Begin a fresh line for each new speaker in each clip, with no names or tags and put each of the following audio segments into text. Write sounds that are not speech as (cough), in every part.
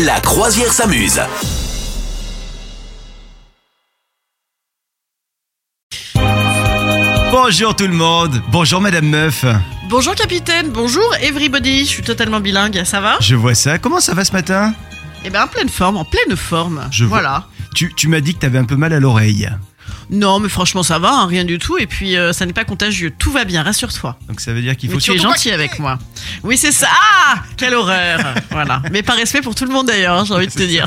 La croisière s'amuse.
Bonjour tout le monde, bonjour Madame Meuf.
Bonjour capitaine, bonjour everybody, je suis totalement bilingue, ça va
Je vois ça, comment ça va ce matin
Eh ben en pleine forme, en pleine forme.
Je vois.
voilà.
Tu, tu m'as dit que t'avais un peu mal à l'oreille.
Non mais franchement ça va, hein, rien du tout, et puis euh, ça n'est pas contagieux, tout va bien, rassure-toi.
Donc ça veut dire qu'il
Mais
faut...
tu es
surtout pas-
gentil avec moi. Oui c'est ça, ah Quelle horreur (laughs) Voilà, mais par respect pour tout le monde d'ailleurs, hein, j'ai envie de te dire.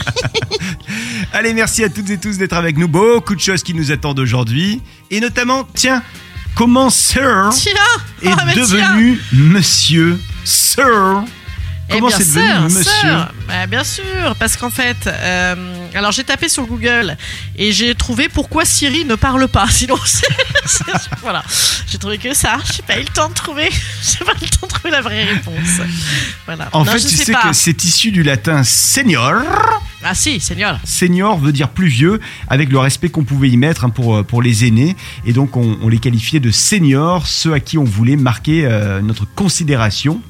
Allez, merci à toutes et tous d'être avec nous. Beaucoup de choses qui nous attendent aujourd'hui. Et notamment, tiens, comment
(laughs)
Sir
Tiens
est
Ah, mais tiens.
devenu Monsieur Sir
Eh
Comment
bien,
c'est devenu
sœur,
Monsieur
sœur. Bah, Bien sûr, parce qu'en fait, euh, alors j'ai tapé sur Google et j'ai trouvé pourquoi Siri ne parle pas. (laughs) Sinon, c'est. c'est- voilà. J'ai trouvé que ça. J'ai pas eu le temps de trouver. (laughs) J'ai pas eu le temps de trouver la vraie réponse. Voilà.
En
Non,
fait,
je
tu
sais
sais
pas.
que c'est issu du latin senior.
Ah si, Seigneur.
Senior veut dire plus vieux, avec le respect qu'on pouvait y mettre hein, pour, euh, pour les aînés. Et donc, on, on les qualifiait de seniors, ceux à qui on voulait marquer euh, notre considération.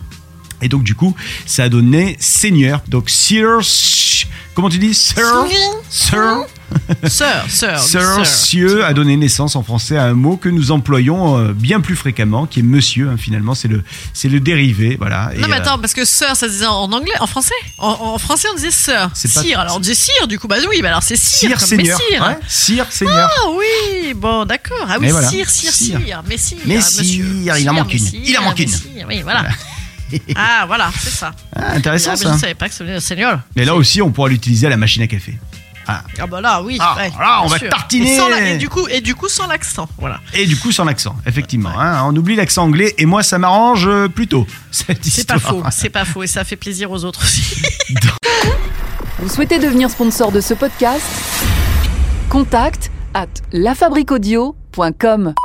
Et donc, du coup, ça a donné seigneur. Donc, sir, sh- comment tu dis Sir
Oh,
Sir
Sœur, sœur.
Sir,
sœur.
sieur a donné naissance en français à un mot que nous employons euh, bien plus fréquemment, qui est monsieur, hein, finalement, c'est le, c'est le dérivé, voilà. Et,
Non mais
euh,
attends, parce que sœur, ça se disait en anglais, en français En, en français, on disait sœur.
C'est pas-
Sire, alors on disait sire, du coup, bah oui, bah alors c'est sire.
sire,
comme
seigneur.
Messire.
Ouais, sire, seigneur.
Ah oui, bon, d'accord. Ah
Mais
oui,
voilà.
sire, sire,
Sire.
sire, mais sire.
Mais
monsieur.
sire, il en
Sire,
manque
mais
une.
sire,
Il en manque
mais
une.
sire, Oui, voilà. ah, voilà, c'est ça.
Ah, intéressant
Ah, mais
ça.
Je ne savais pas que ça venait de Seigneur.
Mais là aussi, on pourra l'utiliser à la machine à café.
Ah, bah là, oui.
Ah,
ouais,
là, on
bien
va
sûr.
tartiner.
Et, sans la- et du coup, et du coup, sans l'accent. Voilà.
Et du coup, sans l'accent, effectivement. hein. on oublie l'accent anglais, et moi, ça m'arrange euh, plutôt, cette
C'est pas
histoire.
faux, c'est pas faux. Et ça fait plaisir aux autres aussi.
Vous souhaitez devenir sponsor de ce podcast Contact à lafabriquaudio.com.